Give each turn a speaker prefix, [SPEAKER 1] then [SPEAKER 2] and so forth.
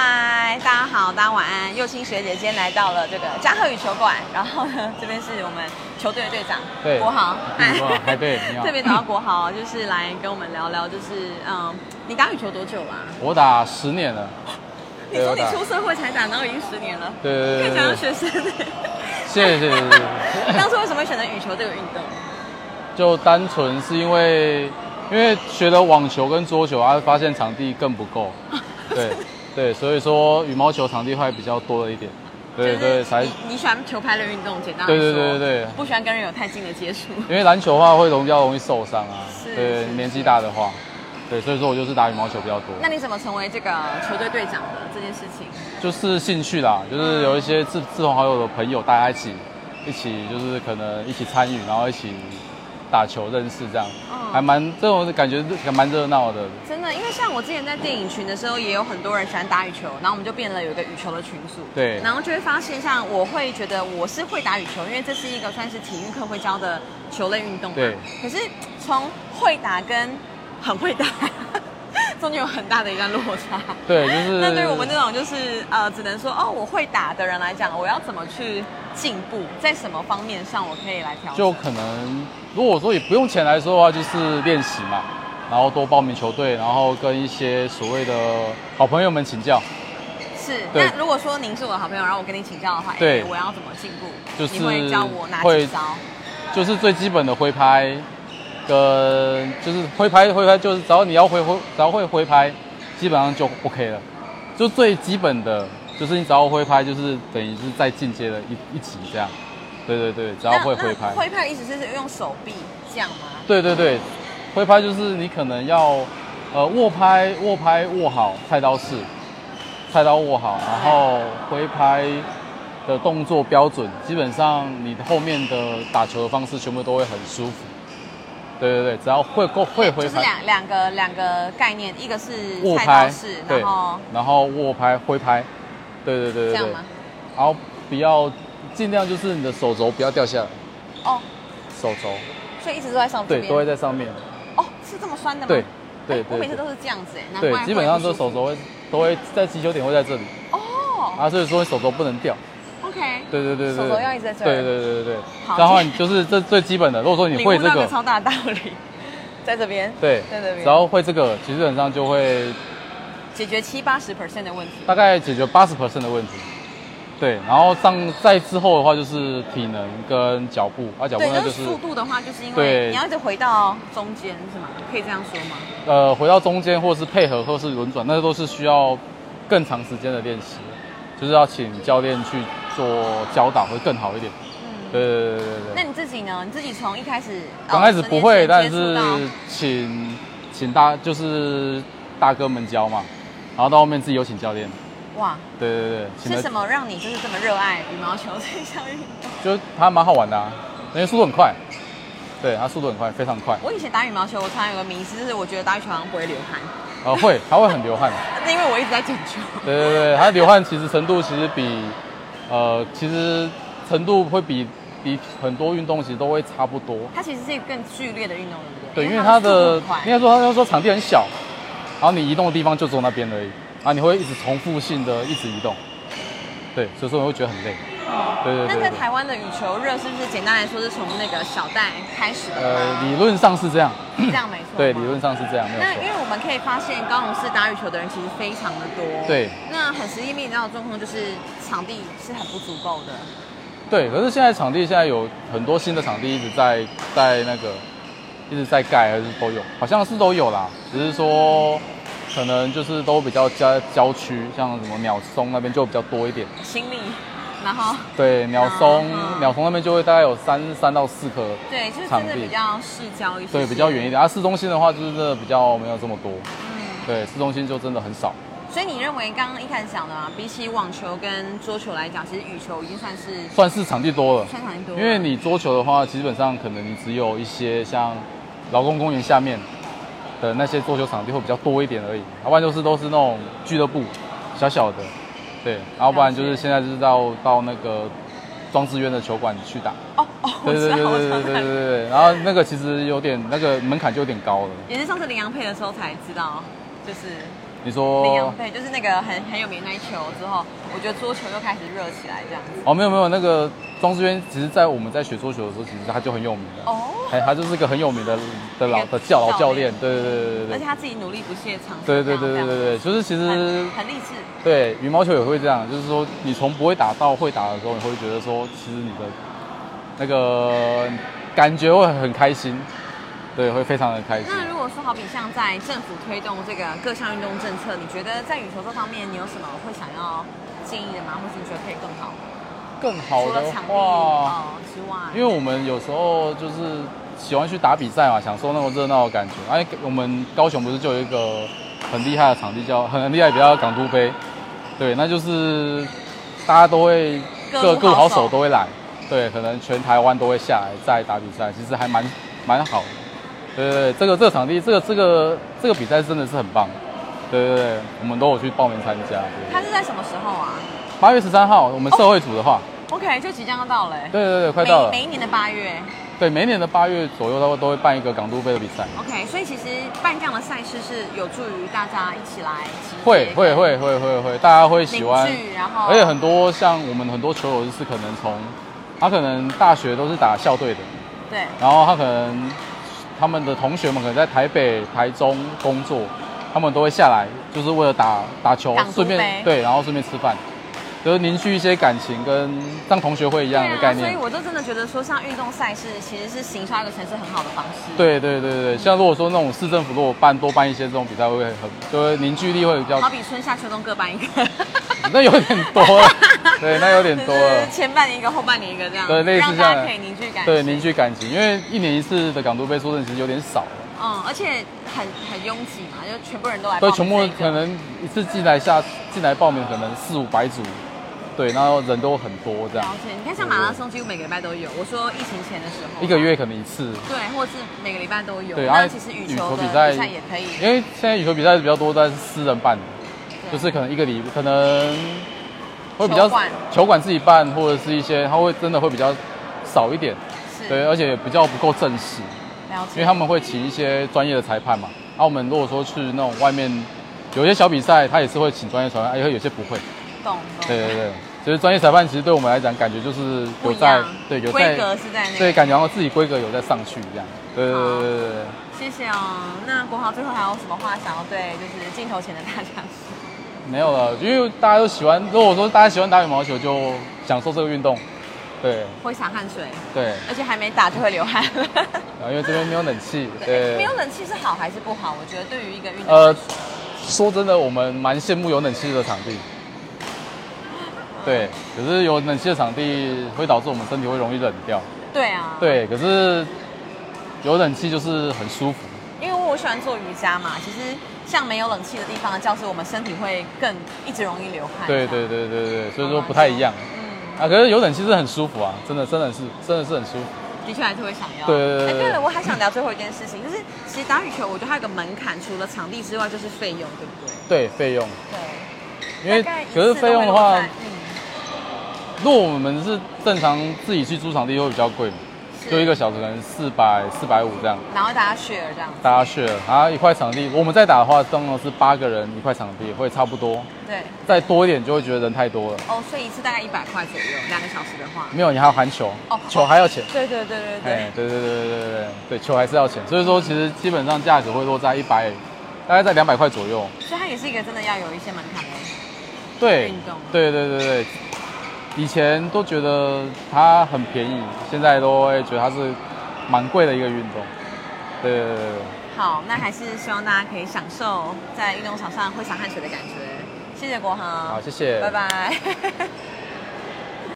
[SPEAKER 1] 大家好，大家晚安。右青学姐今天来到了这个嘉禾羽球馆，然后呢，这边是我们球队的队长
[SPEAKER 2] 对
[SPEAKER 1] 国豪，
[SPEAKER 2] 嗯国豪哎对你好
[SPEAKER 1] 特别找到国豪，就是来跟我们聊聊，就是嗯，你打羽球多久啦、
[SPEAKER 2] 我打十年了，
[SPEAKER 1] 你
[SPEAKER 2] 对
[SPEAKER 1] 说
[SPEAKER 2] 我
[SPEAKER 1] 你
[SPEAKER 2] 打
[SPEAKER 1] 出社会才打，然后已经十年了，
[SPEAKER 2] 对对对
[SPEAKER 1] 看起来像
[SPEAKER 2] 对
[SPEAKER 1] 学生欸。
[SPEAKER 2] 谢谢谢 谢谢谢
[SPEAKER 1] 当初为什么会选择羽球这个运动？
[SPEAKER 2] 就单纯是因为因为学了网球跟桌球，然后发现场地更不够，对对，所以说羽毛球场地会比较多了一点，对
[SPEAKER 1] 就是
[SPEAKER 2] 对才。
[SPEAKER 1] 你你喜欢球拍类运动，简单来
[SPEAKER 2] 对
[SPEAKER 1] 说，
[SPEAKER 2] 对对对对
[SPEAKER 1] 不喜欢跟人有太近的接触。
[SPEAKER 2] 因为篮球的话会容比较容易受伤啊
[SPEAKER 1] 是，
[SPEAKER 2] 对
[SPEAKER 1] 是，
[SPEAKER 2] 年纪大的话，对，所以说我就是打羽毛球比较多，
[SPEAKER 1] 那你怎么成为这个球队队长的这件事情？
[SPEAKER 2] 就是兴趣啦，就是有一些志志同好友的朋友，大家一起一起就是可能一起参与，然后一起打球认识这样，
[SPEAKER 1] 嗯
[SPEAKER 2] 还蛮这种感觉还蛮热闹的，
[SPEAKER 1] 真的，因为像我之前在电影群的时候，也有很多人喜欢打羽球，然后我们就变了有一个羽球的群组。
[SPEAKER 2] 对
[SPEAKER 1] 然后就会发现，像我会觉得我是会打羽球，因为这是一个算是体育课会教的球类运动嘛。
[SPEAKER 2] 对。
[SPEAKER 1] 可是从会打跟很会打 中间有很大的一段落差。
[SPEAKER 2] 对，就是
[SPEAKER 1] 那对于我们这种就是呃，只能说哦，我会打的人来讲，我要怎么去进步，在什么方面上我可以来调整？
[SPEAKER 2] 就可能如果说也不用钱来说的话，就是练习嘛，然后多报名球队，然后跟一些所谓的好朋友们请教，
[SPEAKER 1] 是。
[SPEAKER 2] 对
[SPEAKER 1] 那如果说您是我的好朋友，然后我跟你请教的话，哎
[SPEAKER 2] 对
[SPEAKER 1] 我要怎么进步？
[SPEAKER 2] 就是
[SPEAKER 1] 你会教我哪几
[SPEAKER 2] 会
[SPEAKER 1] 招？
[SPEAKER 2] 就是最基本的挥拍，跟就是挥拍挥拍，就是只要你要挥挥，只要会挥拍，基本上就 OK 了。就最基本的，就是你只要挥拍，就是等于是再进阶的一一级这样。对对对，只要会
[SPEAKER 1] 那
[SPEAKER 2] 挥拍
[SPEAKER 1] 那。挥拍的意思是用手臂这样吗？
[SPEAKER 2] 对对对，挥拍就是你可能要，呃，握拍握拍握好菜刀式，菜刀握好，然后挥拍的动作标准，基本上你后面的打球的方式全部都会很舒服。对对对，只要会够会挥
[SPEAKER 1] 就是
[SPEAKER 2] 拍，
[SPEAKER 1] 两两个两个概念，一个是
[SPEAKER 2] 握
[SPEAKER 1] 菜刀
[SPEAKER 2] 拍
[SPEAKER 1] 式，，
[SPEAKER 2] 对
[SPEAKER 1] 然后，
[SPEAKER 2] 然后握拍挥拍，对对对
[SPEAKER 1] 这
[SPEAKER 2] 对
[SPEAKER 1] 样
[SPEAKER 2] 对
[SPEAKER 1] 吗，？
[SPEAKER 2] 然后不要尽量就是你的手肘不要掉下来，
[SPEAKER 1] 哦，
[SPEAKER 2] 手肘
[SPEAKER 1] 所以一直都在上这
[SPEAKER 2] 对
[SPEAKER 1] 边。
[SPEAKER 2] 都会在上面，
[SPEAKER 1] 哦，是这么酸的吗？
[SPEAKER 2] 对
[SPEAKER 1] 哎
[SPEAKER 2] 对
[SPEAKER 1] 我
[SPEAKER 2] 对
[SPEAKER 1] 每次
[SPEAKER 2] 对
[SPEAKER 1] 都是这样子哎，难怪
[SPEAKER 2] 对，
[SPEAKER 1] 会
[SPEAKER 2] 基本上都
[SPEAKER 1] 不舒
[SPEAKER 2] 手
[SPEAKER 1] 服
[SPEAKER 2] 肘会都会在击球点会在这里。
[SPEAKER 1] 哦。
[SPEAKER 2] 啊，所以说手肘不能掉。
[SPEAKER 1] OK，
[SPEAKER 2] 对对对对，
[SPEAKER 1] 手肘要一直在这儿
[SPEAKER 2] 对对对对对
[SPEAKER 1] 好。
[SPEAKER 2] 然后你就是这最基本的，如果说你
[SPEAKER 1] 领
[SPEAKER 2] 会
[SPEAKER 1] 悟
[SPEAKER 2] 这
[SPEAKER 1] 到一
[SPEAKER 2] 个
[SPEAKER 1] 个，超大的道理，在这边
[SPEAKER 2] 对
[SPEAKER 1] 在这边
[SPEAKER 2] 只要会这个，基本上就会
[SPEAKER 1] 解决七八十 percent 的问题。
[SPEAKER 2] 大概解决八十 percent 的问题。对，然后上再之后的话就是体能跟脚步，啊脚步
[SPEAKER 1] 对，
[SPEAKER 2] 呢
[SPEAKER 1] 就
[SPEAKER 2] 就是是
[SPEAKER 1] 速度的话，就是因为
[SPEAKER 2] 对
[SPEAKER 1] 你要一直回到中间是吗？可以这样说吗？
[SPEAKER 2] 呃回到中间或是配合或是轮转，那都是需要更长时间的练习，就是要请教练去做教导会更好一点。
[SPEAKER 1] 嗯。
[SPEAKER 2] 对对对对对。
[SPEAKER 1] 那你自己呢？你自己从一开始哦
[SPEAKER 2] 刚开始不会，但是
[SPEAKER 1] 嗯
[SPEAKER 2] 请请大就是大哥们教嘛，然后到后面自己有请教练，
[SPEAKER 1] 哇，
[SPEAKER 2] 对对对，请
[SPEAKER 1] 是
[SPEAKER 2] 了
[SPEAKER 1] 什么让你就是这么热爱羽毛球这项运动？
[SPEAKER 2] 就他蛮好玩的、啊，因为速度很快，对他速度很快，非常快，
[SPEAKER 1] 我以前打羽毛球，我常常有个迷思，就是我觉得打羽球好像不会流汗，
[SPEAKER 2] 呃会他会很流汗，
[SPEAKER 1] 那因为我一直在捡球。
[SPEAKER 2] 对对对，他流汗其实程度其实比呃其实程度会比比很多运动其实都会差不多，
[SPEAKER 1] 它其实是一个更剧烈的运动，对不对？
[SPEAKER 2] 对，因为它的
[SPEAKER 1] 速度很
[SPEAKER 2] 应
[SPEAKER 1] 快
[SPEAKER 2] 该说他要说场地很小，然后你移动的地方就只有那边而已，啊，你会一直重复性的一直移动，对，所以说我会觉得很累，对对
[SPEAKER 1] 那
[SPEAKER 2] 对
[SPEAKER 1] 在
[SPEAKER 2] 对
[SPEAKER 1] 台湾的羽球热是不是简单来说是从那个小戴开始的吗？
[SPEAKER 2] 呃，理论上是这样，
[SPEAKER 1] 这样没错吗。
[SPEAKER 2] 对，理论上是这样，没有
[SPEAKER 1] 那因为
[SPEAKER 2] 错，
[SPEAKER 1] 我们可以发现，高雄市打羽球的人其实非常的多。
[SPEAKER 2] 对。
[SPEAKER 1] 那很实际面临到的状况就是场地是很不足够的。
[SPEAKER 2] 对，可是现在场地现在有很多新的场地一直在在那个一直在盖，还是都有，好像是都有啦，只是说
[SPEAKER 1] 嗯
[SPEAKER 2] 可能就是都比较郊郊区，像什么鸟松那边就比较多一点。
[SPEAKER 1] 心力，然后
[SPEAKER 2] 对，鸟松
[SPEAKER 1] 嗯，
[SPEAKER 2] 鸟松那边就会大概有三三到四颗
[SPEAKER 1] 对，就是
[SPEAKER 2] 场
[SPEAKER 1] 真的
[SPEAKER 2] 地
[SPEAKER 1] 比较市郊一些。
[SPEAKER 2] 对，比较远一。点。啊，市中心的话，就是真的比较没有这么多。
[SPEAKER 1] 嗯，
[SPEAKER 2] 对，市中心就真的很少。
[SPEAKER 1] 所以你认为刚刚一开始讲的啊，比起网球跟桌球来讲，其实羽球已经算是
[SPEAKER 2] 算是场地多了，
[SPEAKER 1] 算场地多
[SPEAKER 2] 因
[SPEAKER 1] 了。
[SPEAKER 2] 为你桌球的话，基本上可能你只有一些像劳工公园下面的那些桌球场地会比较多一点而已，要不然就是都是那种俱乐部小小的，对，啊要不然就是现在就是到到那个庄志渊的球馆去打。
[SPEAKER 1] 哦哦，我
[SPEAKER 2] 对
[SPEAKER 1] 知
[SPEAKER 2] 对
[SPEAKER 1] 道，
[SPEAKER 2] 对
[SPEAKER 1] 我
[SPEAKER 2] 对
[SPEAKER 1] 知道
[SPEAKER 2] 对对对对，然后那个其实有点那个门槛就有点高了。
[SPEAKER 1] 也是上次羚羊配的时候才知道，就是
[SPEAKER 2] 你说
[SPEAKER 1] 林洋配就是那个很很有名的那一球之后，我觉得桌球又开始热起来这样子。
[SPEAKER 2] 哦，没有没有，那个庄志渊，其实在我们在学桌球的时候，其实他就很有名了。
[SPEAKER 1] 哦
[SPEAKER 2] 哎，他就是一个很有名的的老的教老教练，对对对对
[SPEAKER 1] 而
[SPEAKER 2] 对
[SPEAKER 1] 且他自己努力不懈，尝试
[SPEAKER 2] 对对对对对对
[SPEAKER 1] 对
[SPEAKER 2] 对，就是其实
[SPEAKER 1] 很很励志。
[SPEAKER 2] 对羽毛球也会这样，就是说你从不会打到会打的时候，你会觉得说，其实你的那个感觉会很开心，对，会非常的开心。
[SPEAKER 1] 那如果说好比像在政府推动这个各项运动政策，你觉得在羽球这方面你有什么会想要建议的吗？或是你觉得可以更好？
[SPEAKER 2] 更好
[SPEAKER 1] 除
[SPEAKER 2] 的
[SPEAKER 1] 了场地
[SPEAKER 2] 话，
[SPEAKER 1] 哦之外，
[SPEAKER 2] 因为我们有时候就是喜欢去打比赛嘛，享受那种热闹的感觉。哎，我们高雄不是就有一个很厉害的场地叫很很厉害，比较港都杯，对，那就是大家都会
[SPEAKER 1] 各
[SPEAKER 2] 各
[SPEAKER 1] 路
[SPEAKER 2] 各
[SPEAKER 1] 好
[SPEAKER 2] 好
[SPEAKER 1] 手
[SPEAKER 2] 手都会来，对，可能全台湾都会下来再打比赛，其实还蛮蛮好的。对对对，这个这个场地，这个这个这个比赛真的是很棒。对对对，我们都有去报名参加。
[SPEAKER 1] 它是在什么时候啊
[SPEAKER 2] 八月十三号，我们社会组的话，
[SPEAKER 1] ？OK，就即将要到了欸。
[SPEAKER 2] 对对对，快
[SPEAKER 1] 每
[SPEAKER 2] 到了。
[SPEAKER 1] 每一年的八月
[SPEAKER 2] 对，每年的八月左右，他会都会办一个港都杯的比赛。
[SPEAKER 1] ，OK，所以其实办这样的赛事是有助于大家一起来集结
[SPEAKER 2] 会会会会会会，大家会
[SPEAKER 1] 跟
[SPEAKER 2] 喜欢，
[SPEAKER 1] 凝聚，然哦后
[SPEAKER 2] 而且很多像我们很多球友就是可能从，他可能大学都是打校队的，
[SPEAKER 1] 对
[SPEAKER 2] 然后他可能他们的同学们可能在台北、台中工作，他们都会下来，就是为了打打球
[SPEAKER 1] 港，都
[SPEAKER 2] 顺
[SPEAKER 1] 杯
[SPEAKER 2] 便对，然后顺便吃饭，就是凝聚一些感情，跟像同学会一样的
[SPEAKER 1] 对
[SPEAKER 2] 概
[SPEAKER 1] 啊，所以
[SPEAKER 2] 念。
[SPEAKER 1] 我就真的觉得说，像运动赛事其实是行销一个城市很好的方式。
[SPEAKER 2] 对对对对，像如果说那种市政府如果办多办一些这种比赛，会很就会凝聚力会比较
[SPEAKER 1] 好比春夏秋冬各办一个，
[SPEAKER 2] 那有点多了，对，那有点多了
[SPEAKER 1] 就是， 前半年一个，后半年一个这样，
[SPEAKER 2] 对类
[SPEAKER 1] 让
[SPEAKER 2] 似
[SPEAKER 1] 大
[SPEAKER 2] 这
[SPEAKER 1] 家
[SPEAKER 2] 样
[SPEAKER 1] 可以凝聚感情。
[SPEAKER 2] 对，凝聚感情，因为一年一次的港都杯说真的其实有点少了，
[SPEAKER 1] 嗯，而且很很拥挤嘛，就全部人都来报名
[SPEAKER 2] 对，
[SPEAKER 1] 这
[SPEAKER 2] 全
[SPEAKER 1] 一
[SPEAKER 2] 部
[SPEAKER 1] 个。
[SPEAKER 2] 可能一次进来下进来报名可能四五百组，对，然后人都很多这样
[SPEAKER 1] 了，解。你看，像马拉松几乎每个礼拜都有。我说疫情前的时候，
[SPEAKER 2] 一个月可能一次，
[SPEAKER 1] 对，或是每个礼拜都有。
[SPEAKER 2] 对，
[SPEAKER 1] 那
[SPEAKER 2] 啊
[SPEAKER 1] 其实羽
[SPEAKER 2] 羽
[SPEAKER 1] 球
[SPEAKER 2] 球
[SPEAKER 1] 的
[SPEAKER 2] 比赛
[SPEAKER 1] 比赛也可以，
[SPEAKER 2] 因为现在羽球比赛比较多，但是私人办的，
[SPEAKER 1] 对
[SPEAKER 2] 就是可能一个礼可能会比较
[SPEAKER 1] 球馆
[SPEAKER 2] 球馆自己办，或者是一些他会真的会比较少一点，
[SPEAKER 1] 是
[SPEAKER 2] 对，而且比较不够正式。
[SPEAKER 1] 了解，
[SPEAKER 2] 因为他们会请一些专业的裁判嘛。啊，我们如果说去那种外面，有一些小比赛，他也是会请专业裁判，哎，有些不会。
[SPEAKER 1] 懂懂。
[SPEAKER 2] 对对对，其实专业裁判其实对我们来讲，感觉就是
[SPEAKER 1] 不
[SPEAKER 2] 有
[SPEAKER 1] 一
[SPEAKER 2] 在
[SPEAKER 1] 样，
[SPEAKER 2] 对有
[SPEAKER 1] 规
[SPEAKER 2] 在
[SPEAKER 1] 格是在那
[SPEAKER 2] 对
[SPEAKER 1] 个。
[SPEAKER 2] 感觉好像自己规格有在上去一样。对对对对对对。
[SPEAKER 1] 谢谢哦。那国豪最后还有什么话想要对就是镜头前的大家说？
[SPEAKER 2] 没有了，因为大家都喜欢。如果说大家喜欢打羽毛球，就享受这个运动。对
[SPEAKER 1] 挥洒汗水，
[SPEAKER 2] 对，
[SPEAKER 1] 而且还没打就会流汗。
[SPEAKER 2] 然后因为这边没有冷气，对。
[SPEAKER 1] 没有冷气是好还是不好？我觉得对于一个运动，
[SPEAKER 2] 呃，说真的，我们蛮羡慕有冷气的场地。对，可是有冷气的场地会导致我们身体会容易冷掉。
[SPEAKER 1] 对啊，，
[SPEAKER 2] 对，可是有冷气就是很舒服。
[SPEAKER 1] 因为我喜欢做瑜伽嘛，其实像没有冷气的地方的教室，我们身体会更一直容易流汗。这
[SPEAKER 2] 对对
[SPEAKER 1] 样，嗯
[SPEAKER 2] 对对对，所以说不太一样啊。可是有冷气是很舒服啊，真的真的是真的是很舒服。
[SPEAKER 1] 的确还是会想要。
[SPEAKER 2] 对对对
[SPEAKER 1] 哎
[SPEAKER 2] 对
[SPEAKER 1] 对了，我还想聊最后一件事情，就是其实打羽球，我觉得它有个门槛，除了场地之外，就是费用，对不对？
[SPEAKER 2] 对，费用，
[SPEAKER 1] 对，
[SPEAKER 2] 因为
[SPEAKER 1] 大概一次
[SPEAKER 2] 可是费用的话
[SPEAKER 1] 都会落在，嗯，
[SPEAKER 2] 如果我们是正常自己去租场地会比较贵嘛，
[SPEAKER 1] 是
[SPEAKER 2] 就一个小时可能四百四百五这样。
[SPEAKER 1] 然后大家 share 这样，
[SPEAKER 2] 大家去了，然后一块场地，我们再打的话，通常是八个人一块场地，会差不多。
[SPEAKER 1] 对。
[SPEAKER 2] 再多一点就会觉得人太多了。
[SPEAKER 1] 哦，所以一次大概一百块左右，两个小时的话。
[SPEAKER 2] 没有，你还要含球
[SPEAKER 1] 哦，
[SPEAKER 2] 球还要钱。
[SPEAKER 1] 对对对对
[SPEAKER 2] 哎
[SPEAKER 1] 对，，
[SPEAKER 2] 对对对对对对对，球还是要钱。所以说，其实基本上价格会落在一百，大概在两百块左右。
[SPEAKER 1] 所以它也是一个真的要有一些门槛的。
[SPEAKER 2] 对
[SPEAKER 1] 运动，啊
[SPEAKER 2] 对对对对，以前都觉得它很便宜，现在都会觉得它是蛮贵的一个运动。对对对对对。
[SPEAKER 1] 好，那还是希望大家可以享受在运动场上挥洒汗水的感觉。谢谢国
[SPEAKER 2] 好，
[SPEAKER 1] 航，
[SPEAKER 2] 谢谢，
[SPEAKER 1] 拜拜。